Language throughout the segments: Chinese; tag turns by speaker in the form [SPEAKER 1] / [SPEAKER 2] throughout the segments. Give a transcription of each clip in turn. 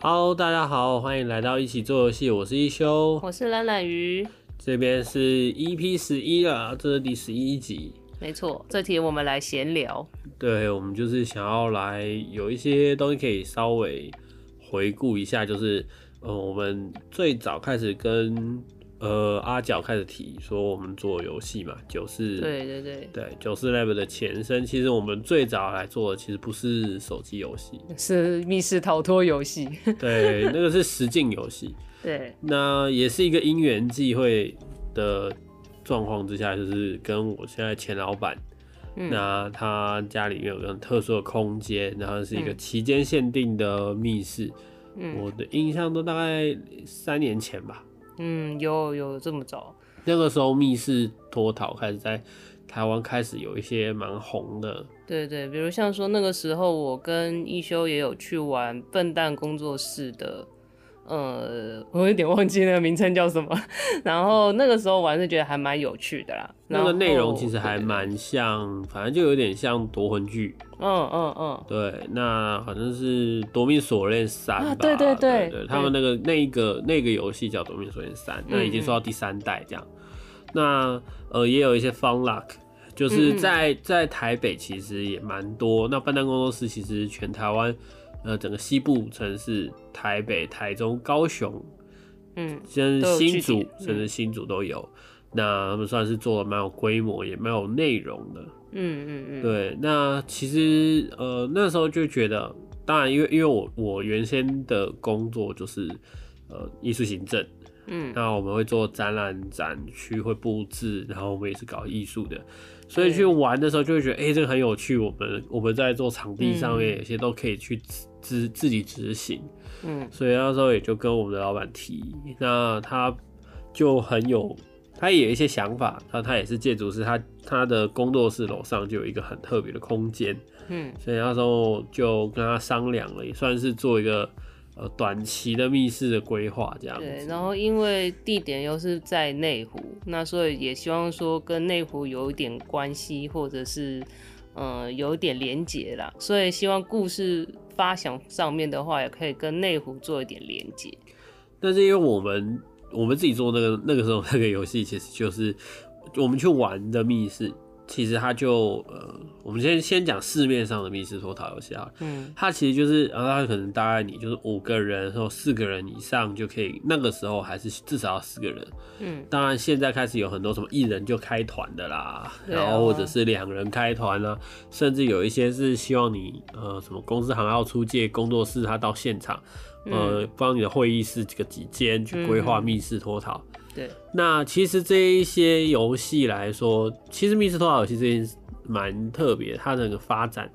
[SPEAKER 1] Hello，大家好，欢迎来到一起做游戏，我是一休，
[SPEAKER 2] 我是冷冷鱼，
[SPEAKER 1] 这边是 EP 十一了，这是第十一集。
[SPEAKER 2] 没错，这题我们来闲聊。
[SPEAKER 1] 对，我们就是想要来有一些东西可以稍微回顾一下，就是呃，我们最早开始跟呃阿角开始提说我们做游戏嘛，九四
[SPEAKER 2] 对对对，
[SPEAKER 1] 对九四 Lab 的前身，其实我们最早来做的其实不是手机游戏，
[SPEAKER 2] 是密室逃脱游戏。
[SPEAKER 1] 对，那个是实境游戏。
[SPEAKER 2] 对，
[SPEAKER 1] 那也是一个因缘际会的状况之下，就是跟我现在前老板，
[SPEAKER 2] 嗯
[SPEAKER 1] 那他家里面有个很特殊的空间，然后是一个期间限定的密室。
[SPEAKER 2] 嗯
[SPEAKER 1] 我的印象都大概三年前吧，
[SPEAKER 2] 嗯，有有这么早。
[SPEAKER 1] 那个时候密室脱逃开始在台湾开始有一些蛮红的。
[SPEAKER 2] 对对，比如像说那个时候，我跟一休也有去玩笨蛋工作室的，呃，我有点忘记那个名称叫什么。 然后那个时候玩是觉得还蛮有趣的啦。
[SPEAKER 1] 那个内容其实
[SPEAKER 2] 然后
[SPEAKER 1] 还，蛮像，反正就有点像夺魂剧，
[SPEAKER 2] 对嗯嗯嗯，
[SPEAKER 1] 对，那好像是《夺命锁链三》吧？
[SPEAKER 2] 啊对对
[SPEAKER 1] 对
[SPEAKER 2] 对
[SPEAKER 1] 他们那个那一个那个游戏叫《夺命锁链三》，那已经
[SPEAKER 2] 嗯
[SPEAKER 1] 说到第三代这样。那呃，也有一些 Fun Luck，就是
[SPEAKER 2] 嗯嗯
[SPEAKER 1] 在在台北其实也蛮多。那笨蛋工作室其实全台湾呃整个西部城市，台北、台中、高雄，
[SPEAKER 2] 嗯
[SPEAKER 1] 甚至
[SPEAKER 2] 都有
[SPEAKER 1] 新
[SPEAKER 2] 据
[SPEAKER 1] 竹
[SPEAKER 2] 点，嗯
[SPEAKER 1] 甚至新竹都有。那他们算是做的蛮有规模，也蛮有内容的。
[SPEAKER 2] 嗯嗯嗯，
[SPEAKER 1] 对，那其实呃那时候就觉得，当然因为因为我我原先的工作就是呃艺术行政，
[SPEAKER 2] 嗯
[SPEAKER 1] 那我们会做展览展区会布置，然后我们也是搞艺术的，所以
[SPEAKER 2] 对
[SPEAKER 1] 去玩的时候就会觉得，哎、这个很有趣。我们我们在做场地上面
[SPEAKER 2] 嗯
[SPEAKER 1] 有些都可以去自自自己执行，
[SPEAKER 2] 嗯
[SPEAKER 1] 所以那时候也就跟我们的老板提，那他就很有，他也有一些想法。那他也是建筑师，他他的工作室楼上就有一个很特别的空间，
[SPEAKER 2] 嗯
[SPEAKER 1] 所以那时候就跟他商量了，也算是做一个呃短期的密室的规划这样
[SPEAKER 2] 对，
[SPEAKER 1] 子。
[SPEAKER 2] 然后因为地点又是在内湖，那所以也希望说跟内湖有一点关系，或者是呃有一点连结啦，所以希望故事发想上面的话，也可以跟内湖做一点连结。
[SPEAKER 1] 但是因为我们我们自己做那个那个时候那个游戏，其实就是我们去玩的密室，其实它就呃，我们先先讲市面上的密室脱逃游戏啊好了。
[SPEAKER 2] 嗯
[SPEAKER 1] 它其实就是，呃，它可能大概你就是五个人或四个人以上就可以，那个时候还是至少要四个人。
[SPEAKER 2] 嗯
[SPEAKER 1] 当然，现在开始有很多什么一人就开团的啦，
[SPEAKER 2] 对啊
[SPEAKER 1] 然后或者是两人开团啦、甚至有一些是希望你呃什么公司行号出借工作室，他到现场，呃，帮你的会议室这个几间去规划
[SPEAKER 2] 嗯
[SPEAKER 1] 密室脱逃。
[SPEAKER 2] 对，
[SPEAKER 1] 那其实这一些游戏来说，其实密室脱逃游戏这件事蛮特别，它的那个发展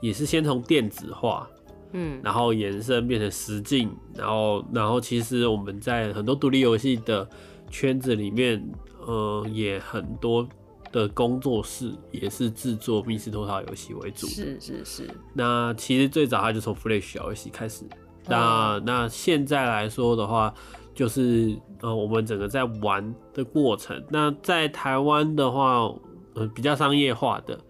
[SPEAKER 1] 也是先从电子化，
[SPEAKER 2] 嗯
[SPEAKER 1] 然后延伸变成实境，然后然后其实我们在很多独立游戏的圈子里面，呃，也很多的工作室也是制作密室脱逃游戏为主的。
[SPEAKER 2] 是是是，
[SPEAKER 1] 那其实最早它就从 Flash 游戏开始。
[SPEAKER 2] 哦
[SPEAKER 1] 那那现在来说的话，就是呃，我们整个在玩的过程。那在台湾的话，呃，比较商业化的，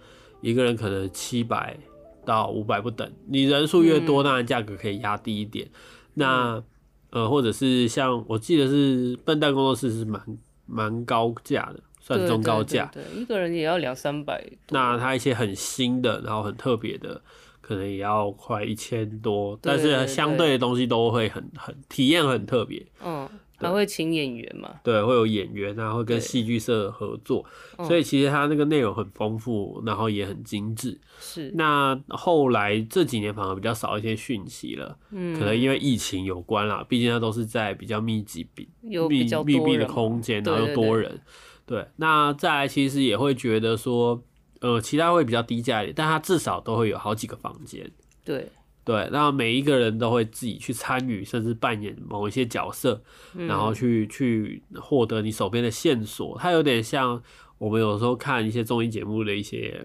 [SPEAKER 1] 一个人可能七百到五百不等。你人数越多，
[SPEAKER 2] 嗯
[SPEAKER 1] 当然价格可以压低一点。那呃，或者是像我记得是笨蛋工作室是蛮蛮高价的，算
[SPEAKER 2] 对
[SPEAKER 1] 中高价。
[SPEAKER 2] 对对对，一个人也要两三百多。
[SPEAKER 1] 那它一些很新的，然后很特别的，可能也要快一千多，
[SPEAKER 2] 对
[SPEAKER 1] 但是相对的东西都会很很体验很特别。
[SPEAKER 2] 嗯，
[SPEAKER 1] 对
[SPEAKER 2] 还会请演员嘛？
[SPEAKER 1] 对，会有演员啊，会跟
[SPEAKER 2] 对
[SPEAKER 1] 戏剧社合作，
[SPEAKER 2] 嗯
[SPEAKER 1] 所以其实它那个内容很丰富，然后也很精致。
[SPEAKER 2] 是，
[SPEAKER 1] 那后来这几年反而比较少一些讯息了，
[SPEAKER 2] 嗯，
[SPEAKER 1] 可能因为疫情有关啦，毕竟它都是在比较密集、比
[SPEAKER 2] 有
[SPEAKER 1] 密
[SPEAKER 2] 比较
[SPEAKER 1] 密
[SPEAKER 2] 多
[SPEAKER 1] 闭的
[SPEAKER 2] 人嘛
[SPEAKER 1] 空间，然后又
[SPEAKER 2] 对对
[SPEAKER 1] 多
[SPEAKER 2] 对
[SPEAKER 1] 人。对，那再来其实也会觉得说，呃，其他会比较低价一点，但它至少都会有好几个房间。
[SPEAKER 2] 对，
[SPEAKER 1] 对，那每一个人都会自己去参与，甚至扮演某一些角色，然
[SPEAKER 2] 嗯
[SPEAKER 1] 后去去获得你手边的线索。它有点像我们有时候看一些综艺节目的一些，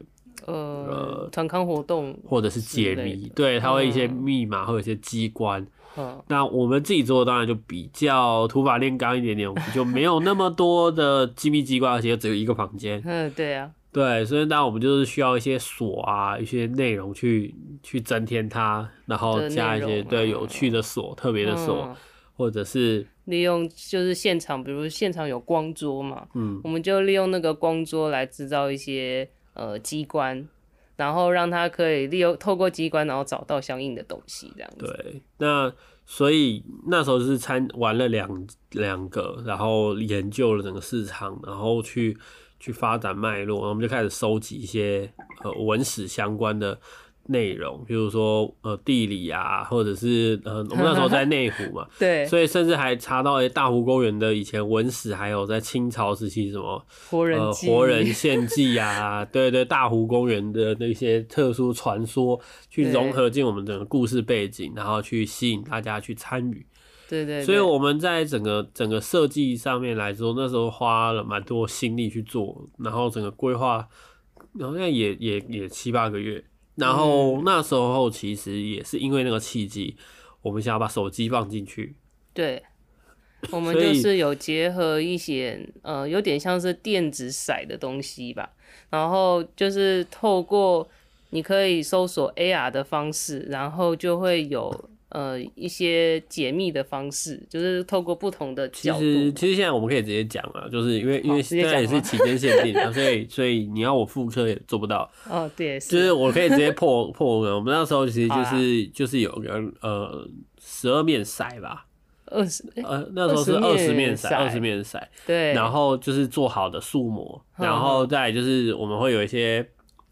[SPEAKER 2] 呃，团康活动，
[SPEAKER 1] 或者是解
[SPEAKER 2] 之类
[SPEAKER 1] 谜
[SPEAKER 2] 的，
[SPEAKER 1] 对，它会一些
[SPEAKER 2] 嗯
[SPEAKER 1] 密码，会有一些机关。
[SPEAKER 2] 嗯，
[SPEAKER 1] 那我们自己做的当然就比较土法炼钢一点点，我们就没有那么多的机密机关，而且只有一个房间。
[SPEAKER 2] 嗯，对啊，
[SPEAKER 1] 对，所以当然我们就是需要一些锁啊，一些内容去去增添它，然后
[SPEAKER 2] 的
[SPEAKER 1] 加一
[SPEAKER 2] 内
[SPEAKER 1] 些
[SPEAKER 2] 容
[SPEAKER 1] 对
[SPEAKER 2] 嗯
[SPEAKER 1] 有趣的锁、特别的锁
[SPEAKER 2] 嗯，
[SPEAKER 1] 或者是
[SPEAKER 2] 利用就是现场，比如现场有光桌嘛，
[SPEAKER 1] 嗯，
[SPEAKER 2] 我们就利用那个光桌来制造一些呃机关，然后让它可以利用透过机关，然后找到相应的东西，这样子。
[SPEAKER 1] 对，那所以那时候就是参玩了两两个，然后研究了整个市场，然后去去发展脉络，然后我们就开始收集一些呃文史相关的内容，比如说呃地理啊，或者是呃我们那时候在内湖嘛，
[SPEAKER 2] 对，
[SPEAKER 1] 所以甚至还查到诶、哎大湖公园的以前文史，还有在清朝时期什么
[SPEAKER 2] 活人
[SPEAKER 1] 呃
[SPEAKER 2] 记忆
[SPEAKER 1] 活人献祭 啊，对对，大湖公园的那些特殊传说，去
[SPEAKER 2] 对
[SPEAKER 1] 融合进我们整个故事背景，然后去吸引大家去参与。
[SPEAKER 2] 对对对，
[SPEAKER 1] 所以我们在整个整个设计上面来说，那时候花了蛮多心力去做，然后整个规划好像也也也七八个月。然
[SPEAKER 2] 嗯
[SPEAKER 1] 后那时候其实也是因为那个契机，我们想要把手机放进去，
[SPEAKER 2] 对，我们
[SPEAKER 1] 所
[SPEAKER 2] 就
[SPEAKER 1] 以
[SPEAKER 2] 是有结合一些呃，有点像是电子骰的东西吧，然后就是透过你可以搜索 AR 的方式，然后就会有呃一些解密的方式，就是透过不同的
[SPEAKER 1] 其
[SPEAKER 2] 角
[SPEAKER 1] 实
[SPEAKER 2] 度。
[SPEAKER 1] 其实现在我们可以直接讲了，就是因为因为
[SPEAKER 2] 直
[SPEAKER 1] 现
[SPEAKER 2] 接讲
[SPEAKER 1] 在也
[SPEAKER 2] 吗
[SPEAKER 1] 是期间限定啊的，所以所以你要我复刻也做不到。
[SPEAKER 2] 哦，对，
[SPEAKER 1] 就是我可以直接破 破啊文，我们那时候其实
[SPEAKER 2] 好
[SPEAKER 1] 就
[SPEAKER 2] 啦
[SPEAKER 1] 是就是有个呃十二面骰吧，
[SPEAKER 2] 二十，诶
[SPEAKER 1] 呃那时候是
[SPEAKER 2] 20
[SPEAKER 1] 二十面骰，
[SPEAKER 2] 面骰
[SPEAKER 1] 二十面骰，
[SPEAKER 2] 对，
[SPEAKER 1] 然后就是做好的塑模，
[SPEAKER 2] 嗯
[SPEAKER 1] 然后再来就是我们会有一些，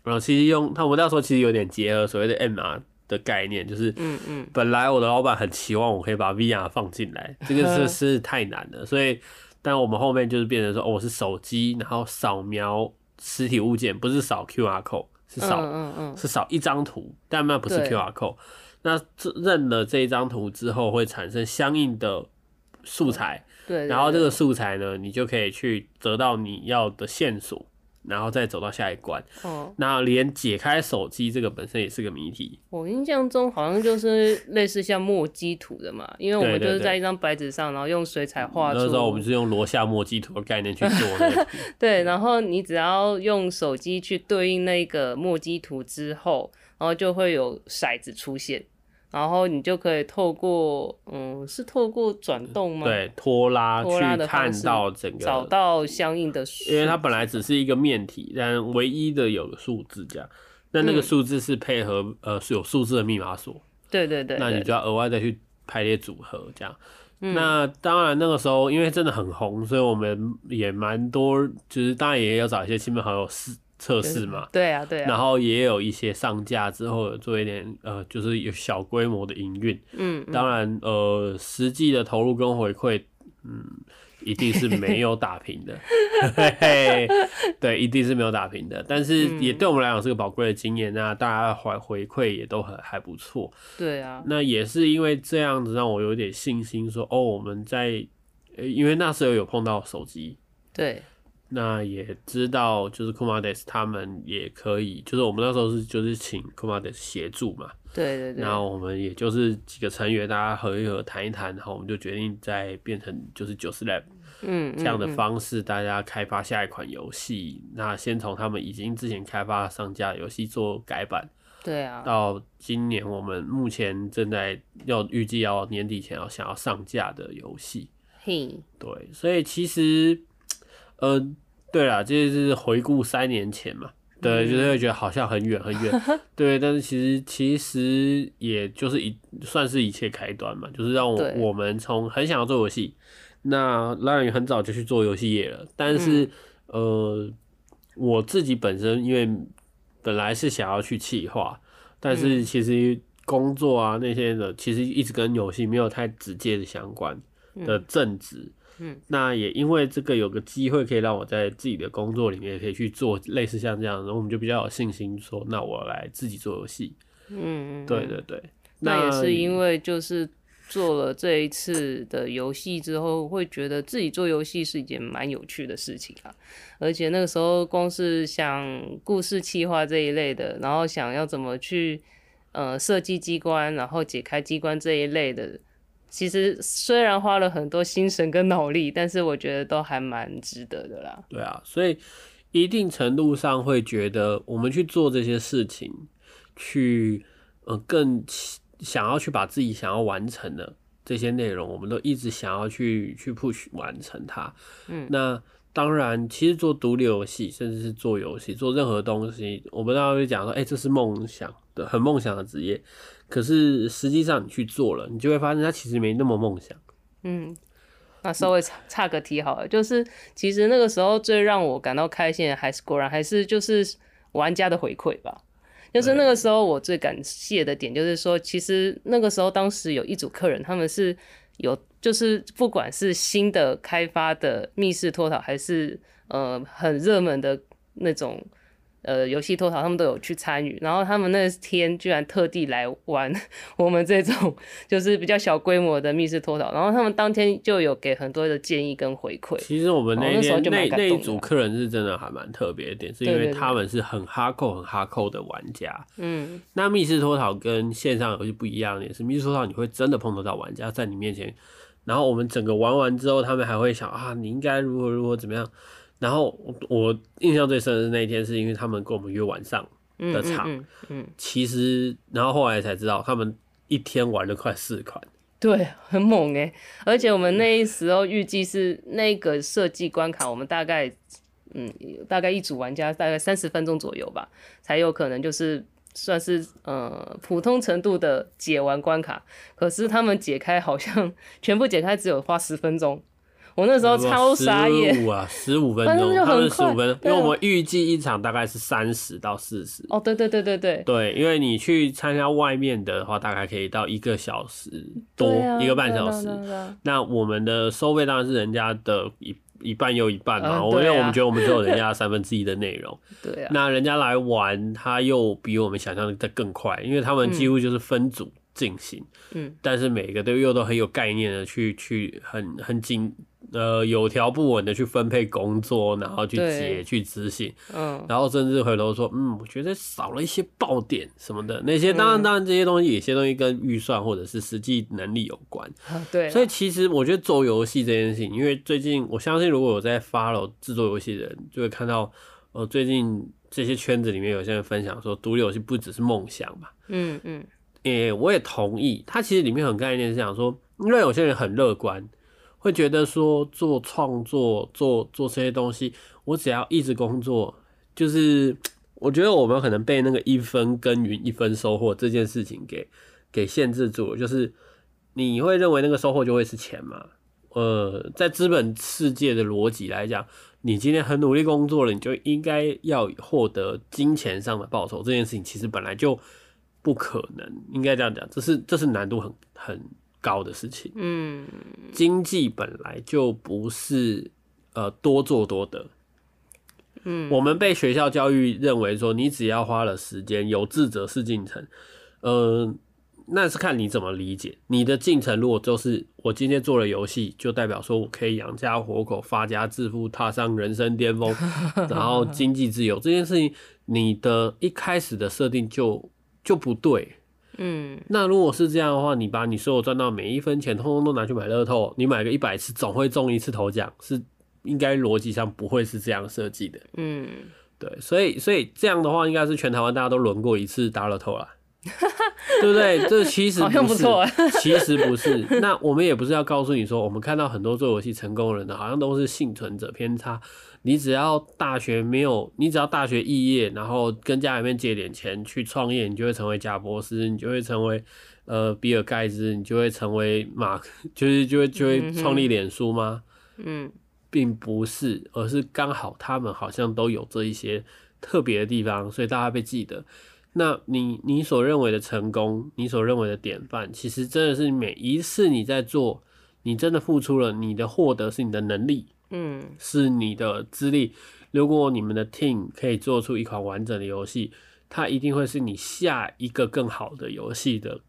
[SPEAKER 1] 呃其实用他们那时候其实有点结合所谓的 MR 的概念，就是
[SPEAKER 2] 嗯嗯，
[SPEAKER 1] 本来我的老板很期望我可以把 VR 放进 来，这个是是太难了，所以但我们后面就是变成说，哦，我是手机，然后扫描实体物件，不是扫 QR code，是扫、
[SPEAKER 2] 嗯嗯嗯，
[SPEAKER 1] 是扫一张图，但那不是
[SPEAKER 2] 对
[SPEAKER 1] QR code。那这认了这一张图之后，会产生相应的素材，
[SPEAKER 2] 对，对
[SPEAKER 1] 然后这
[SPEAKER 2] 对
[SPEAKER 1] 个素材呢，你就可以去得到你要的线索，然后再走到下一关。
[SPEAKER 2] 哦，
[SPEAKER 1] 那连解开手机这个本身也是个谜题，
[SPEAKER 2] 我印象中好像就是类似像墨迹图的嘛，因为我
[SPEAKER 1] 对
[SPEAKER 2] 们
[SPEAKER 1] 对
[SPEAKER 2] 就是
[SPEAKER 1] 对嗯
[SPEAKER 2] 在一张白纸上，然后用水彩画出。
[SPEAKER 1] 那时候我们是用罗夏墨迹图的概念去做那 个题
[SPEAKER 2] 对，然后你只要用手机去对应那个墨迹图之后，然后就会有骰子出现，然后你就可以透过，嗯，是透过转动吗？，
[SPEAKER 1] 对拖拉
[SPEAKER 2] 拖拉
[SPEAKER 1] 去
[SPEAKER 2] 的
[SPEAKER 1] 看
[SPEAKER 2] 方式
[SPEAKER 1] 到整个，
[SPEAKER 2] 找到相应的数。
[SPEAKER 1] 因为它本来只是一个面体，但唯一的有个数字这样。那那个
[SPEAKER 2] 嗯
[SPEAKER 1] 数字是配合、呃是有数字的密码锁，
[SPEAKER 2] 对对对，
[SPEAKER 1] 那你
[SPEAKER 2] 对
[SPEAKER 1] 就要额外再去排列组合这样。
[SPEAKER 2] 嗯
[SPEAKER 1] 那当然，那个时候因为真的很红，所以我们也蛮多，就是当然也有找一些亲朋好友试测
[SPEAKER 2] 就是
[SPEAKER 1] 试嘛，
[SPEAKER 2] 对啊对
[SPEAKER 1] 然
[SPEAKER 2] 啊，
[SPEAKER 1] 后也有一些上架之后有做一点呃，就是有小规模的营运。
[SPEAKER 2] 嗯，嗯
[SPEAKER 1] 当然，呃，实际的投入跟回馈，嗯，一定是没有打平 的，嘿嘿，对，一定是没有打平的。但是也
[SPEAKER 2] 嗯
[SPEAKER 1] 对我们来讲是个宝贵的经验，那大家回回馈也都很还不错。
[SPEAKER 2] 对啊，
[SPEAKER 1] 那也是因为这样子，让我有点信心说，哦，我们在，呃因为那时候有碰到手机，
[SPEAKER 2] 对，
[SPEAKER 1] 那也知道就是 Kumades 他们也可以，就是我们那时候是就是请 Kumades 协助嘛，
[SPEAKER 2] 对对对，
[SPEAKER 1] 然后我们也就是几个成员，大家合一合谈一谈，然后我们就决定再变成就是九十 lab
[SPEAKER 2] 嗯，
[SPEAKER 1] 这样的
[SPEAKER 2] 嗯嗯
[SPEAKER 1] 方式，大家开发下一款游戏。那先从他们已经之前开发上架的游戏做改版，
[SPEAKER 2] 对啊，
[SPEAKER 1] 到今年我们目前正在要预计要年底前要想要上架的游戏。
[SPEAKER 2] 嘿，
[SPEAKER 1] 对，所以其实，呃，对啦，这就是回顾三年前嘛，对，就是会觉得好像很远很远，对，但是其实其实也就是一算是一切开端嘛，就是让我
[SPEAKER 2] 对
[SPEAKER 1] 我们从很想要做游戏，那当然也很早就去做游戏业了，但是、呃，我自己本身因为本来是想要去企划，但是其实工作啊那些的，其实一直跟游戏没有太直接的相关的正职。
[SPEAKER 2] 嗯嗯
[SPEAKER 1] 那也因为这个有个机会可以让我在自己的工作里面也可以去做类似像这样的，然后我们就比较有信心说，那我来自己做游戏。
[SPEAKER 2] 嗯嗯，
[SPEAKER 1] 对
[SPEAKER 2] 嗯
[SPEAKER 1] 对对，
[SPEAKER 2] 那也是
[SPEAKER 1] 为
[SPEAKER 2] 因为就是做了这一次的游戏之后，会觉得自己做游戏是一件蛮有趣的事情啊。而且那个时候光是想故事企划这一类的，然后想要怎么去呃设计机关，然后解开机关这一类的。其实虽然花了很多心神跟脑力，但是我觉得都还蛮值得的啦。
[SPEAKER 1] 对啊，所以一定程度上会觉得我们去做这些事情，去呃更期想要去把自己想要完成的这些内容，我们都一直想要去去 push 完成它。
[SPEAKER 2] 嗯
[SPEAKER 1] 那当然，其实做独立游戏，甚至是做游戏，做任何东西，我们当然会讲说，哎、这是梦想的，很梦想的职业。可是实际上你去做了，你就会发现它其实没那么梦想。
[SPEAKER 2] 嗯，那稍微岔岔个题好了，就是其实那个时候最让我感到开心的，还是果然还是就是玩家的回馈吧。就是那个时候我最感谢的点，就是说，其实那个时候当时有一组客人，他们是有就是不管是新的开发的密室脱逃，还是呃很热门的那种呃游戏脱逃，他们都有去参与。然后他们那天居然特地来玩 我们这种就是比较小规模的密室脱逃，然后他们当天就有给很多的建议跟回馈。
[SPEAKER 1] 其实我们
[SPEAKER 2] 哦
[SPEAKER 1] 那
[SPEAKER 2] 那时候
[SPEAKER 1] 天
[SPEAKER 2] 就
[SPEAKER 1] 那
[SPEAKER 2] 蛮感
[SPEAKER 1] 那
[SPEAKER 2] 动
[SPEAKER 1] 一
[SPEAKER 2] 的
[SPEAKER 1] 组客人是真的还蛮特别的点，是因
[SPEAKER 2] 对
[SPEAKER 1] 为
[SPEAKER 2] 对对
[SPEAKER 1] 他们是很哈扣、很哈扣的玩家。
[SPEAKER 2] 嗯
[SPEAKER 1] 那密室脱逃跟线上游戏不一样，也是密室脱逃你会真的碰得到玩家在你面前，然后我们整个玩完之后，他们还会想啊，你应该如何如何怎么样。然后我我印象最深的是那一天，是因为他们跟我们约晚上，
[SPEAKER 2] 嗯
[SPEAKER 1] 的
[SPEAKER 2] 嗯
[SPEAKER 1] 场
[SPEAKER 2] 嗯嗯，
[SPEAKER 1] 其实然后后来才知道他们一天玩了快四款，
[SPEAKER 2] 对，很猛哎、而且我们那时候预计是那个设计关卡，我们大概嗯大概一组玩家大概三十分钟左右吧，才有可能就是算是呃普通程度的解完关卡。可是他们解开好像全部解开只有花十分钟，我那时候超傻眼。
[SPEAKER 1] 十五啊，十五分
[SPEAKER 2] 反正
[SPEAKER 1] 钟，
[SPEAKER 2] 就
[SPEAKER 1] 他们
[SPEAKER 2] 很
[SPEAKER 1] 十
[SPEAKER 2] 快
[SPEAKER 1] 五分钟，因
[SPEAKER 2] 对
[SPEAKER 1] 为
[SPEAKER 2] 啊
[SPEAKER 1] 我们预计一场大概是三十到四十。
[SPEAKER 2] 哦，对对对对对，
[SPEAKER 1] 对，因为你去参加外面的话，大概可以到一个小时多
[SPEAKER 2] 对，啊
[SPEAKER 1] 一个半小时。
[SPEAKER 2] 对啊对啊对啊
[SPEAKER 1] 那我们的收费当然是人家的一一半又一半嘛，
[SPEAKER 2] 嗯
[SPEAKER 1] 我们因
[SPEAKER 2] 对啊
[SPEAKER 1] 为我们觉得我们只有人家的 三分之一的内容，
[SPEAKER 2] 对啊，
[SPEAKER 1] 那人家来玩，他又比我们想象的更快，因为他们几乎就是分组进行，
[SPEAKER 2] 嗯，
[SPEAKER 1] 但是每个都又都很有概念的去去很很紧呃有条不紊的去分配工作，然后去解
[SPEAKER 2] 对
[SPEAKER 1] 去执行，
[SPEAKER 2] 嗯，
[SPEAKER 1] 然后甚至回头说，嗯，我觉得少了一些爆点什么的，那些当然
[SPEAKER 2] 嗯
[SPEAKER 1] 当然这些东西，有些东西跟预算或者是实际能力有关。
[SPEAKER 2] 啊对啊，
[SPEAKER 1] 所以其实我觉得做游戏这件事情，因为最近我相信，如果有在 follow 制作游戏的人，就会看到，呃，最近这些圈子里面有些人分享说，独立游戏不只是梦想嘛。
[SPEAKER 2] 嗯嗯，
[SPEAKER 1] 诶、我也同意，它其实里面很概念是想说，因为有些人很乐观，会觉得说做创作、做做这些东西，我只要一直工作，就是我觉得我们可能被那个一分耕耘一分收获这件事情给给限制住了，就是你会认为那个收获就会是钱嘛？呃，在资本世界的逻辑来讲，你今天很努力工作了，你就应该要获得金钱上的报酬。这件事情其实本来就不可能，应该这样讲，这是这是难度很很高的事情。
[SPEAKER 2] 嗯，
[SPEAKER 1] 经济本来就不是呃多做多得，
[SPEAKER 2] 嗯，
[SPEAKER 1] 我们被学校教育认为说，你只要花了时间，有志者事竟成。呃，那是看你怎么理解。你的进程如果就是我今天做了游戏，就代表说我可以养家活口、发家致富、踏上人生巅峰，然后经济自由这件事情，你的一开始的设定就就不对。
[SPEAKER 2] 嗯，
[SPEAKER 1] 那如果是这样的话，你把你所有赚到每一分钱，通通都拿去买乐透，你买个一百次，总会中一次头奖，是应该逻辑上不会是这样设计的。
[SPEAKER 2] 嗯，
[SPEAKER 1] 对，所以所以这样的话，应该是全台湾大家都轮过一次大乐透啦，对不对？这其实
[SPEAKER 2] 好像
[SPEAKER 1] 不
[SPEAKER 2] 不
[SPEAKER 1] 是
[SPEAKER 2] 错，啊
[SPEAKER 1] 其实不是。那我们也不是要告诉你说，我们看到很多做游戏成功的人呢，好像都是幸存者偏差。你只要大学没有，你只要大学肄业，然后跟家里面借点钱去创业，你就会成为贾博士，你就会成为呃比尔盖茨，你就会成为马克， 就是就会就会
[SPEAKER 2] 嗯哼
[SPEAKER 1] 创立脸书吗？
[SPEAKER 2] 嗯，
[SPEAKER 1] 并不是，而是刚好他们好像都有这一些特别的地方，所以大家被记得。那你你所认为的成功，你所认为的典范，其实真的是每一次你在做，你真的付出了，你的获得是你的能力，
[SPEAKER 2] 嗯，
[SPEAKER 1] 是你的资历。如果你们的 team 可以做出一款完整的游戏，它一定会是你下一个更好的游戏的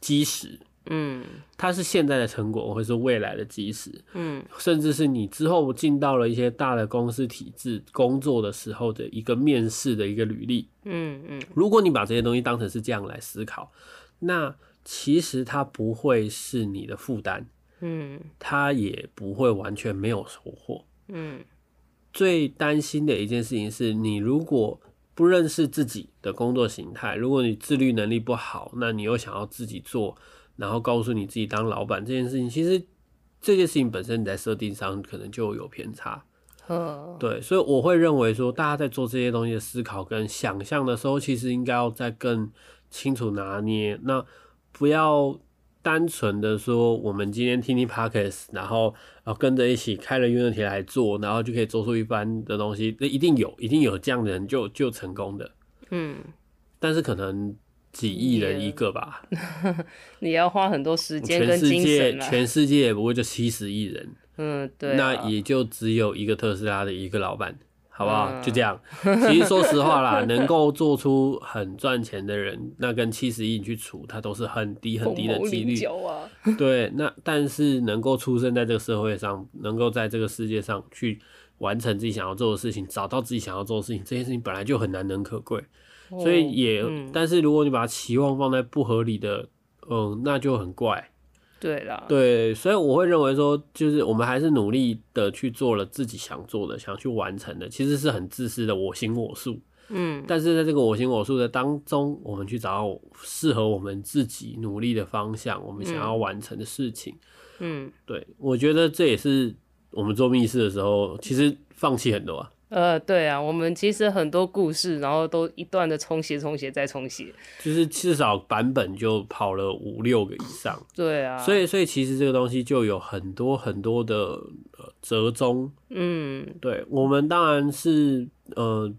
[SPEAKER 1] 基石。
[SPEAKER 2] 嗯，
[SPEAKER 1] 它是现在的成果，会是未来的基石。
[SPEAKER 2] 嗯，
[SPEAKER 1] 甚至是你之后进到了一些大的公司体制工作的时候的一个面试的一个履历。
[SPEAKER 2] 嗯，嗯，
[SPEAKER 1] 如果你把这些东西当成是这样来思考，那其实它不会是你的负担，
[SPEAKER 2] 嗯，
[SPEAKER 1] 它也不会完全没有收获。
[SPEAKER 2] 嗯，
[SPEAKER 1] 最担心的一件事情是你如果不认识自己的工作形态，如果你自律能力不好，那你又想要自己做，然后告诉你自己当老板这件事情，其实这件事情本身你在设定上可能就有偏差。
[SPEAKER 2] 嗯，
[SPEAKER 1] 对，所以我会认为说，大家在做这些东西的思考跟想象的时候，其实应该要再更清楚拿捏，那不要单纯的说我们今天听听 podcast，然后呃跟着一起开了 Unity 来做，然后就可以做出一般的东西，那一定有，一定有这样的人就就成功的，
[SPEAKER 2] 嗯，
[SPEAKER 1] 但是可能几亿人一
[SPEAKER 2] Yeah
[SPEAKER 1] 个吧，
[SPEAKER 2] 嗯你要花很多时间
[SPEAKER 1] 全
[SPEAKER 2] 跟
[SPEAKER 1] 世
[SPEAKER 2] 精
[SPEAKER 1] 界
[SPEAKER 2] 神啦。
[SPEAKER 1] 全世界也不会就七十亿人，
[SPEAKER 2] 嗯，对啊、
[SPEAKER 1] 那也就只有一个特斯拉的一个老板，好不好？
[SPEAKER 2] 嗯
[SPEAKER 1] 就这样。其实说实话 啦，能够做出很赚钱的人，那跟七十亿你去除，它都是很低很低的
[SPEAKER 2] 凤毛
[SPEAKER 1] 几
[SPEAKER 2] 麟
[SPEAKER 1] 率。
[SPEAKER 2] 角啊。
[SPEAKER 1] 对，那但是能够出生在这个社会上，能够在这个世界上去完成自己想要做的事情，找到自己想要做的事情，这件事情本来就很难能可贵。所以也，
[SPEAKER 2] 哦嗯
[SPEAKER 1] 但是如果你把期望放在不合理的，嗯，那就很怪。
[SPEAKER 2] 对啦，
[SPEAKER 1] 对，所以我会认为说，就是我们还是努力的去做了自己想做的、想去完成的，其实是很自私的我行我素。
[SPEAKER 2] 嗯，
[SPEAKER 1] 但是在这个我行我素的当中，我们去找到适合我们自己努力的方向，我们想要完成的事情。
[SPEAKER 2] 嗯，
[SPEAKER 1] 对我觉得这也是我们做密室的时候，其实放弃很多啊。
[SPEAKER 2] 呃，对啊，我们其实很多故事，然后都一段的重写、重写再重写。
[SPEAKER 1] 就是至少版本就跑了五六个以上，
[SPEAKER 2] 对啊，
[SPEAKER 1] 所以所以其实这个东西就有很多很多的呃折中，
[SPEAKER 2] 嗯，
[SPEAKER 1] 对我们当然是呃，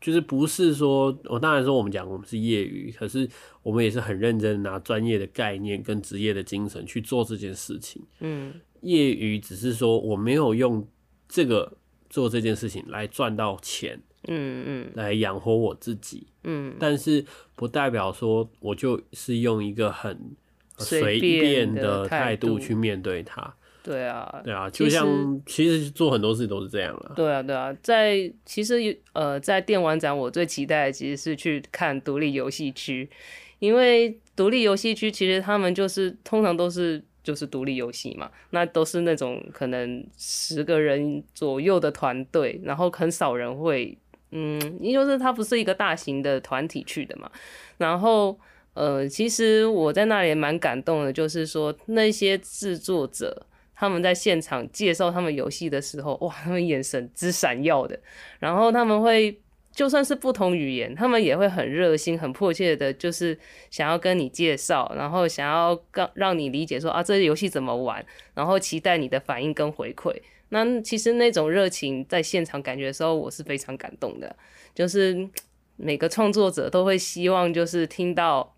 [SPEAKER 1] 就是不是说，我当然说我们讲我们是业余，可是我们也是很认真地拿专业的概念跟职业的精神去做这件事情。
[SPEAKER 2] 嗯
[SPEAKER 1] 业余只是说我没有用这个做这件事情来赚到钱，
[SPEAKER 2] 嗯嗯
[SPEAKER 1] 来养活我自己，
[SPEAKER 2] 嗯，
[SPEAKER 1] 但是不代表说我就是用一个很呃
[SPEAKER 2] 随
[SPEAKER 1] 随
[SPEAKER 2] 便
[SPEAKER 1] 便
[SPEAKER 2] 的
[SPEAKER 1] 的
[SPEAKER 2] 态
[SPEAKER 1] 态度
[SPEAKER 2] 度
[SPEAKER 1] 去面对它。
[SPEAKER 2] 对啊，
[SPEAKER 1] 对啊，
[SPEAKER 2] 其
[SPEAKER 1] 就
[SPEAKER 2] 实
[SPEAKER 1] 像其实做很多事都是这样了。
[SPEAKER 2] 对啊，对啊，在其实有呃，在电玩展，我最期待的其实是去看独立游戏区，因为独立游戏区其实他们就是通常都是就是独立游戏嘛，那都是那种可能十个人左右的团队，然后很少人会，嗯，因为就是它不是一个大型的团体去的嘛，然后。呃，其实我在那里也蛮感动的，就是说那些制作者，他们在现场介绍他们游戏的时候，哇，他们眼神之闪耀的，然后他们会。就算是不同语言，他们也会很热心、很迫切的，就是想要跟你介绍，然后想要让让你理解说啊，这游戏怎么玩，然后期待你的反应跟回馈。那其实那种热情在现场感觉的时候，我是非常感动的。就是嗯每个创作者都会希望，就是听到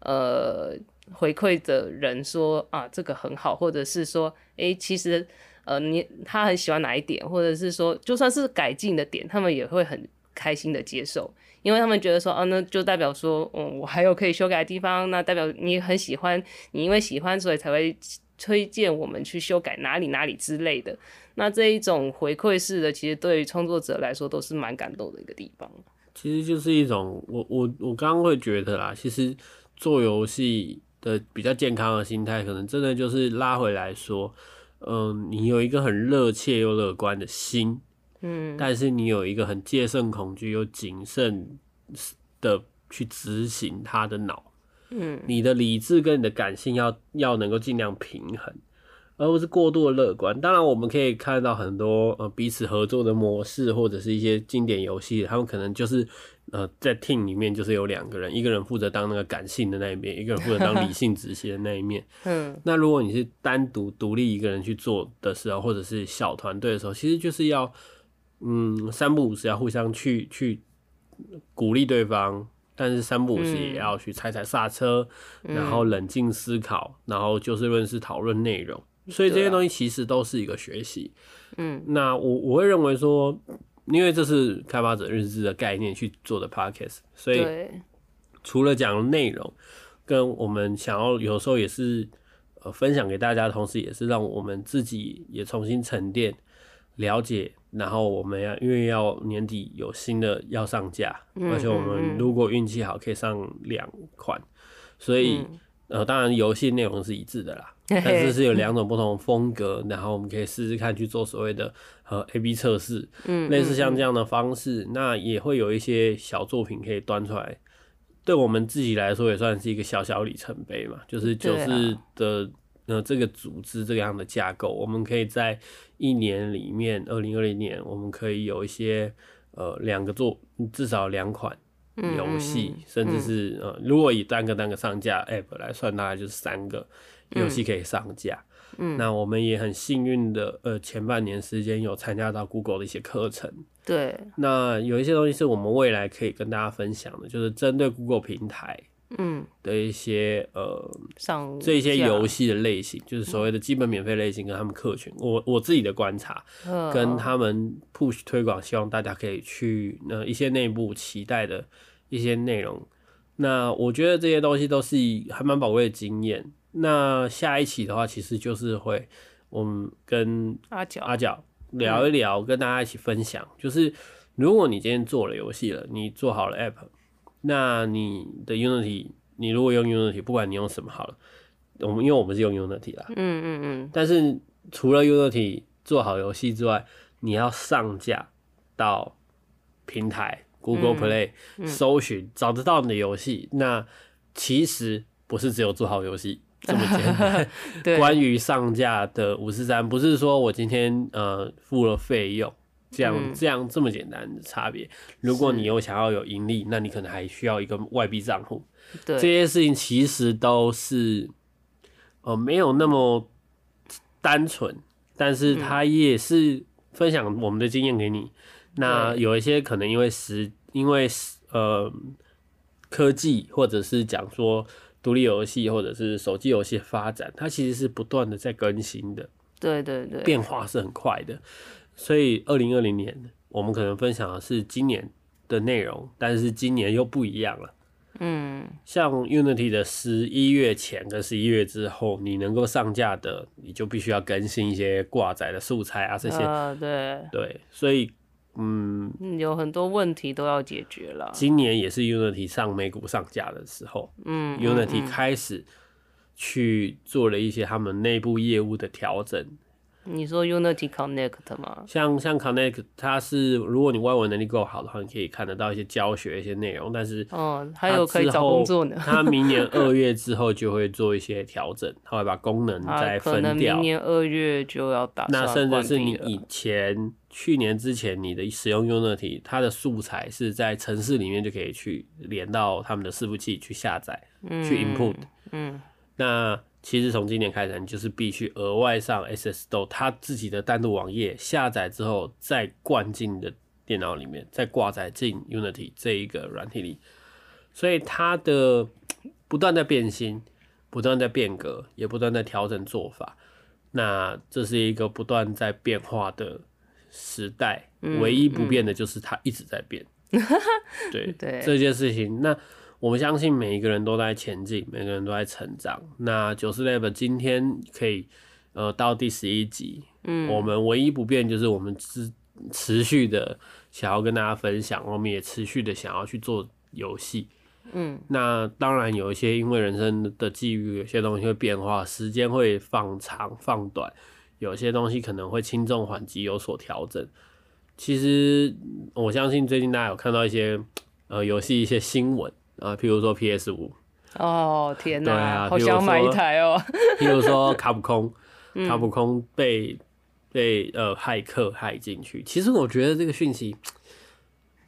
[SPEAKER 2] 呃回馈的人说啊，这个很好，或者是说，诶，其实呃，你他很喜欢哪一点，或者是说，就算是改进的点，他们也会很开心的接受，因为他们觉得说，啊，那就代表说，嗯，我还有可以修改的地方，那代表你很喜欢，你因为喜欢，所以才会推荐我们去修改哪里哪里之类的。那这一种回馈式的，其实对于创作者来说都是蛮感动的一个地方。
[SPEAKER 1] 其实就是一种，我我我刚刚会觉得啦，其实做游戏的比较健康的心态，可能真的就是拉回来说，嗯，你有一个很热切又乐观的心，
[SPEAKER 2] 嗯
[SPEAKER 1] 但是你有一个很戒慎恐惧又谨慎的去执行他的脑，
[SPEAKER 2] 嗯
[SPEAKER 1] 你的理智跟你的感性要要能够尽量平衡。而不是过度的乐观。当然，我们可以看到很多呃彼此合作的模式，或者是一些经典游戏，他们可能就是呃在 team 里面就是有两个人，一个人负责当那个感性的那一面，一个人负责当理性执行的那一面。
[SPEAKER 2] 嗯
[SPEAKER 1] 那如果你是单独独立一个人去做的时候，或者是小团队的时候，其实就是要，嗯，三不五时要互相去去鼓励对方，但是三不五时
[SPEAKER 2] 嗯
[SPEAKER 1] 也要去踩踩刹车，
[SPEAKER 2] 嗯
[SPEAKER 1] 然后冷静思考，然后就事论事讨论内容。所以这
[SPEAKER 2] 对
[SPEAKER 1] 些
[SPEAKER 2] 啊
[SPEAKER 1] 东西其实都是一个学习。
[SPEAKER 2] 嗯
[SPEAKER 1] 那我我会认为说，因为这是开发者日志的概念去做的 podcast，所以
[SPEAKER 2] 对，
[SPEAKER 1] 除了讲内容，跟我们想要有时候也是呃分享给大家，同时也是让我们自己也重新沉淀、了解。然后我们要因为要年底有新的要上架，
[SPEAKER 2] 嗯
[SPEAKER 1] 而且我
[SPEAKER 2] 嗯
[SPEAKER 1] 们
[SPEAKER 2] 嗯
[SPEAKER 1] 如果运气好可以上两款，所以
[SPEAKER 2] 嗯
[SPEAKER 1] 呃，当然游戏内容是一致的 啦， 但是是有两种不同的风格，然后我们可以试试看去做所谓的呃 A B 测试，
[SPEAKER 2] 嗯，
[SPEAKER 1] 类似像这
[SPEAKER 2] 样，
[SPEAKER 1] 样的方式，那也会有一些小作品可以端出来，对我们自己来说也算是一个小小里程碑嘛。就是九
[SPEAKER 2] 对啊
[SPEAKER 1] 四的呃这个组织这样的架构，我们可以在一年里面，二零二零年我们可以有一些呃两个作至少两款
[SPEAKER 2] 嗯
[SPEAKER 1] 游戏，
[SPEAKER 2] 嗯嗯
[SPEAKER 1] 甚至是呃如果以单个单个上架 App 来算，大概就是三个游戏可以上架。
[SPEAKER 2] 嗯，
[SPEAKER 1] 那我们也很幸运的，呃，前半年时间有参加到 Google 的一些课程。
[SPEAKER 2] 对，
[SPEAKER 1] 那有一些东西是我们未来可以跟大家分享的，就是针对 Google 平台
[SPEAKER 2] 嗯，
[SPEAKER 1] 的一些呃
[SPEAKER 2] 上
[SPEAKER 1] 这些
[SPEAKER 2] 架
[SPEAKER 1] 游戏的类型，就是所谓的基本免费类型跟他们客群。我我自己的观察，
[SPEAKER 2] 呃
[SPEAKER 1] 跟他们 push 推广，希望大家可以去呃一些内部期待的一些内容。那我觉得这些东西都是还蛮宝贵的经验。那下一期的话，其实就是会我们跟
[SPEAKER 2] 阿角，
[SPEAKER 1] 阿角聊一聊，
[SPEAKER 2] 嗯
[SPEAKER 1] 跟大家一起分享。就是如果你今天做了游戏了，你做好了 app，那你的 Unity，你如果用 Unity，不管你用什么好了，我们因为我们是用 Unity 啦，
[SPEAKER 2] 嗯嗯嗯，
[SPEAKER 1] 但是除了 Unity 做好游戏之外，你要上架到平台 Google
[SPEAKER 2] 嗯
[SPEAKER 1] Play、
[SPEAKER 2] 嗯
[SPEAKER 1] 搜寻找得到你的游戏。那其实不是只有做好游戏这么简 单。
[SPEAKER 2] 对，
[SPEAKER 1] 关于上架的五十三，不是说我今天呃付了费用。这样
[SPEAKER 2] 嗯
[SPEAKER 1] 这样这么简单的差别，如果
[SPEAKER 2] 是
[SPEAKER 1] 你有想要有盈利，那你可能还需要一个外币账户。
[SPEAKER 2] 对，
[SPEAKER 1] 这些事情其实都是呃没有那么单纯，但
[SPEAKER 2] 嗯
[SPEAKER 1] 是它也是分享我们的经验给你。那
[SPEAKER 2] 对
[SPEAKER 1] 有一些可能因为时，因为时呃科技，或者是讲说独立游戏或者是手机游戏的发展，它其实是不断的在更新的，
[SPEAKER 2] 对对对，
[SPEAKER 1] 变化是很快的。所以二零二零年我们可能分享的是今年的内容，但是今年又不一样了。
[SPEAKER 2] 嗯，
[SPEAKER 1] 像 Unity 的十一月前跟十一月之后，你能够上架的，你就必须要更新一些挂载的素材啊，这些。
[SPEAKER 2] 呃，对，
[SPEAKER 1] 对，所以嗯，
[SPEAKER 2] 嗯有很多问题都要解决了，
[SPEAKER 1] 今年也是 Unity 上美股上架的时候、
[SPEAKER 2] 嗯
[SPEAKER 1] u n i t y
[SPEAKER 2] 嗯嗯
[SPEAKER 1] 开始去做了一些他们内部业务的调整。
[SPEAKER 2] 嗯你说 Unity Connect 吗？
[SPEAKER 1] 像像 Connect，它是如果你外文能力够好的话，你可以看得到一些教学、一些内容，但是
[SPEAKER 2] 哦，还有可以找工作呢，
[SPEAKER 1] 他明 年二月之后就会做一些调整，他会把功能
[SPEAKER 2] 啊，
[SPEAKER 1] 再
[SPEAKER 2] 可能
[SPEAKER 1] 分掉
[SPEAKER 2] 明。年二月就要打
[SPEAKER 1] 那
[SPEAKER 2] 算
[SPEAKER 1] 甚
[SPEAKER 2] 关
[SPEAKER 1] 至是
[SPEAKER 2] 闭
[SPEAKER 1] 你
[SPEAKER 2] 了，
[SPEAKER 1] 以前去年之前你的使用 Unity，它的素材是在城市里面就可以去连到他们的伺服器去下载、去 input。
[SPEAKER 2] 嗯，
[SPEAKER 1] 那其实从今年开始，你就是必须额外上 SS d o 它自己的单独网页下载之后，再灌进你的电脑里面，再挂载进 Unity 这一个软体里。所以它的不断在变新，不断在变革，也不断在调整做法。那这是一个不断在变化的时代，
[SPEAKER 2] 嗯
[SPEAKER 1] 唯一不变的就是它一直在变。 对
[SPEAKER 2] 对
[SPEAKER 1] 这件事情，那我们相信每一个人都在前进，每个人都在成长。那九四 lab 今天可以呃到第十一集，
[SPEAKER 2] 嗯
[SPEAKER 1] 我们唯一不变就是我们持持续的想要跟大家分享，我们也持续的想要去做游戏。
[SPEAKER 2] 嗯，
[SPEAKER 1] 那当然有一些因为人生的际遇，有些东西会变化，时间会放长放短，有些东西可能会轻重缓急有所调整。其实嗯我相信最近大家有看到一些呃游戏一些新闻啊，譬如说 PS 五，
[SPEAKER 2] 哦，天
[SPEAKER 1] 对
[SPEAKER 2] 哪，
[SPEAKER 1] 啊
[SPEAKER 2] 好
[SPEAKER 1] 比如
[SPEAKER 2] 想买一
[SPEAKER 1] 说
[SPEAKER 2] 台哦，
[SPEAKER 1] 譬如说卡普空，卡普空被被呃骇客骇进去。其实我觉得这个讯息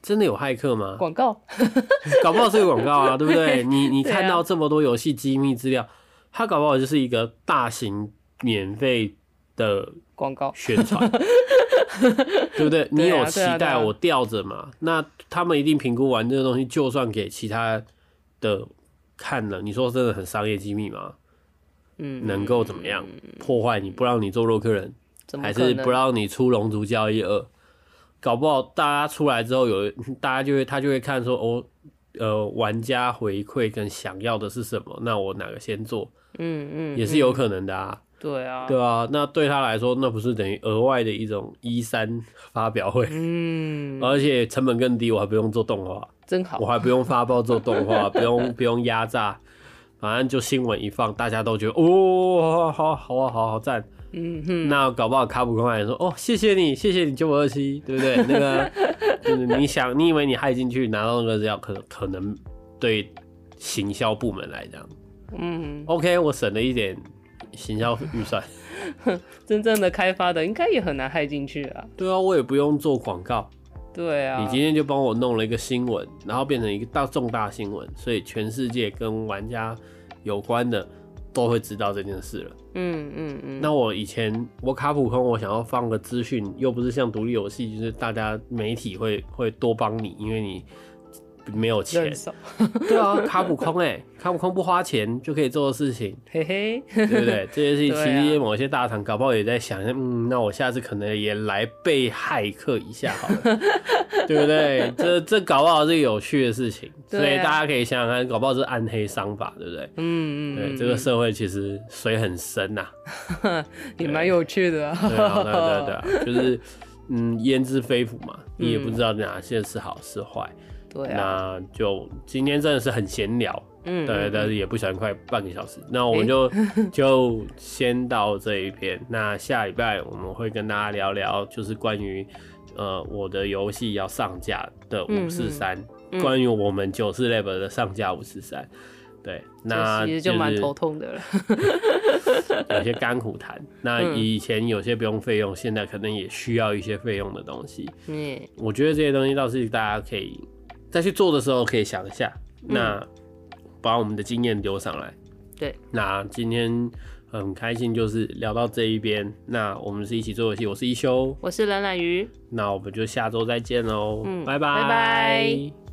[SPEAKER 1] 真的有骇客吗？
[SPEAKER 2] 广告，
[SPEAKER 1] 搞不好是个广告啊，对不对？你你
[SPEAKER 2] 对
[SPEAKER 1] 看
[SPEAKER 2] 啊
[SPEAKER 1] 到这么多游戏机密资料，它搞不好就是一个大型免费的
[SPEAKER 2] 广告，
[SPEAKER 1] 宣 传，对不对？你有期
[SPEAKER 2] 对啊对
[SPEAKER 1] 待，
[SPEAKER 2] 啊
[SPEAKER 1] 我吊着嘛。那他们一定评估完这个东西，就算给其他的看了，你说真的很商业机密吗？
[SPEAKER 2] 嗯，
[SPEAKER 1] 能够怎么样破坏你，不让你做洛克人，
[SPEAKER 2] 怎么
[SPEAKER 1] 还
[SPEAKER 2] 可
[SPEAKER 1] 是
[SPEAKER 2] 能
[SPEAKER 1] 不让你出龙族交易二？搞不好大家出来之后有， 大家就会他就会看说哦，呃，玩家回馈跟想要的是什么，那我哪个先做
[SPEAKER 2] 嗯嗯，
[SPEAKER 1] 也是有可能的啊，
[SPEAKER 2] 对啊，
[SPEAKER 1] 对啊，那对他来说，那不是等于额外的一种一三发表会，
[SPEAKER 2] 嗯，
[SPEAKER 1] 而且成本更低，我还不用做动画，
[SPEAKER 2] 真好
[SPEAKER 1] 我，还不用发包做动画，不用不用压榨，反正就新闻一放，大家都觉得哦，好好啊，好好赞。
[SPEAKER 2] 嗯哼，
[SPEAKER 1] 那搞不好卡普空也说哦，谢谢你，谢谢你九五二七，对不 对？那个就是你想，你以为你害进去拿到那个资料，可可能对行销部门来讲
[SPEAKER 2] 嗯，
[SPEAKER 1] ，OK，我省了一点行销预算。
[SPEAKER 2] 真正的开发的应该也很难害进去啊。
[SPEAKER 1] 对啊，我也不用做广告，
[SPEAKER 2] 对啊，
[SPEAKER 1] 你今天就帮我弄了一个新闻，然后变成一个大重大新闻，所以全世界跟玩家有关的都会知道这件事了。
[SPEAKER 2] 嗯嗯嗯，
[SPEAKER 1] 那我以前我卡普空，我想要放个资讯，又不是像独立游戏，就是大家媒体会会多帮你，因为你没有
[SPEAKER 2] 人
[SPEAKER 1] 钱。
[SPEAKER 2] 手，
[SPEAKER 1] 对啊，卡普空哎、卡普空不花钱就可以做的事情，
[SPEAKER 2] 嘿嘿，
[SPEAKER 1] 对不对？这些事情
[SPEAKER 2] 对
[SPEAKER 1] 其
[SPEAKER 2] 啊
[SPEAKER 1] 实某些大厂搞不好也在想，嗯，那我下次可能也来被骇客一下好了，对不对？这这搞不好是有趣的事情，所以
[SPEAKER 2] 对啊
[SPEAKER 1] 大家可以想想看，搞不好是暗黑商法，对不对？
[SPEAKER 2] 嗯嗯，
[SPEAKER 1] 对，
[SPEAKER 2] 嗯
[SPEAKER 1] 这个社会其实水很深呐、
[SPEAKER 2] 也蛮有趣的啊。
[SPEAKER 1] 对啊，对啊对啊， 对啊，就是嗯，焉知非福嘛，你也不知道哪些是好是坏。
[SPEAKER 2] 嗯 对啊，
[SPEAKER 1] 那就今天真的是很闲聊，
[SPEAKER 2] 嗯，
[SPEAKER 1] 对，
[SPEAKER 2] 嗯
[SPEAKER 1] 但
[SPEAKER 2] 嗯
[SPEAKER 1] 是也不小快半个小时。那我们 就就先到这一边。那下礼拜我们会跟大家聊聊，就是关于呃我的游戏要上架的
[SPEAKER 2] 嗯
[SPEAKER 1] 五四三，
[SPEAKER 2] 嗯
[SPEAKER 1] 关于我们九四 lab 的上架五四三。对，那
[SPEAKER 2] 这其实就蛮头痛的了。
[SPEAKER 1] 有些干苦谈。那
[SPEAKER 2] 嗯
[SPEAKER 1] 以前有些不用费用，现在可能也需要一些费用的东西。
[SPEAKER 2] 嗯，
[SPEAKER 1] 我觉得这些东西倒是大家可以再去做的时候可以想一下，那把我们的经验丢上来。
[SPEAKER 2] 嗯对，
[SPEAKER 1] 那今天很开心，就是聊到这一边。那我们是一起做游戏，我是一休，
[SPEAKER 2] 我是懒懒鱼。
[SPEAKER 1] 那我们就下周再见喽，
[SPEAKER 2] 嗯
[SPEAKER 1] 拜拜
[SPEAKER 2] 拜拜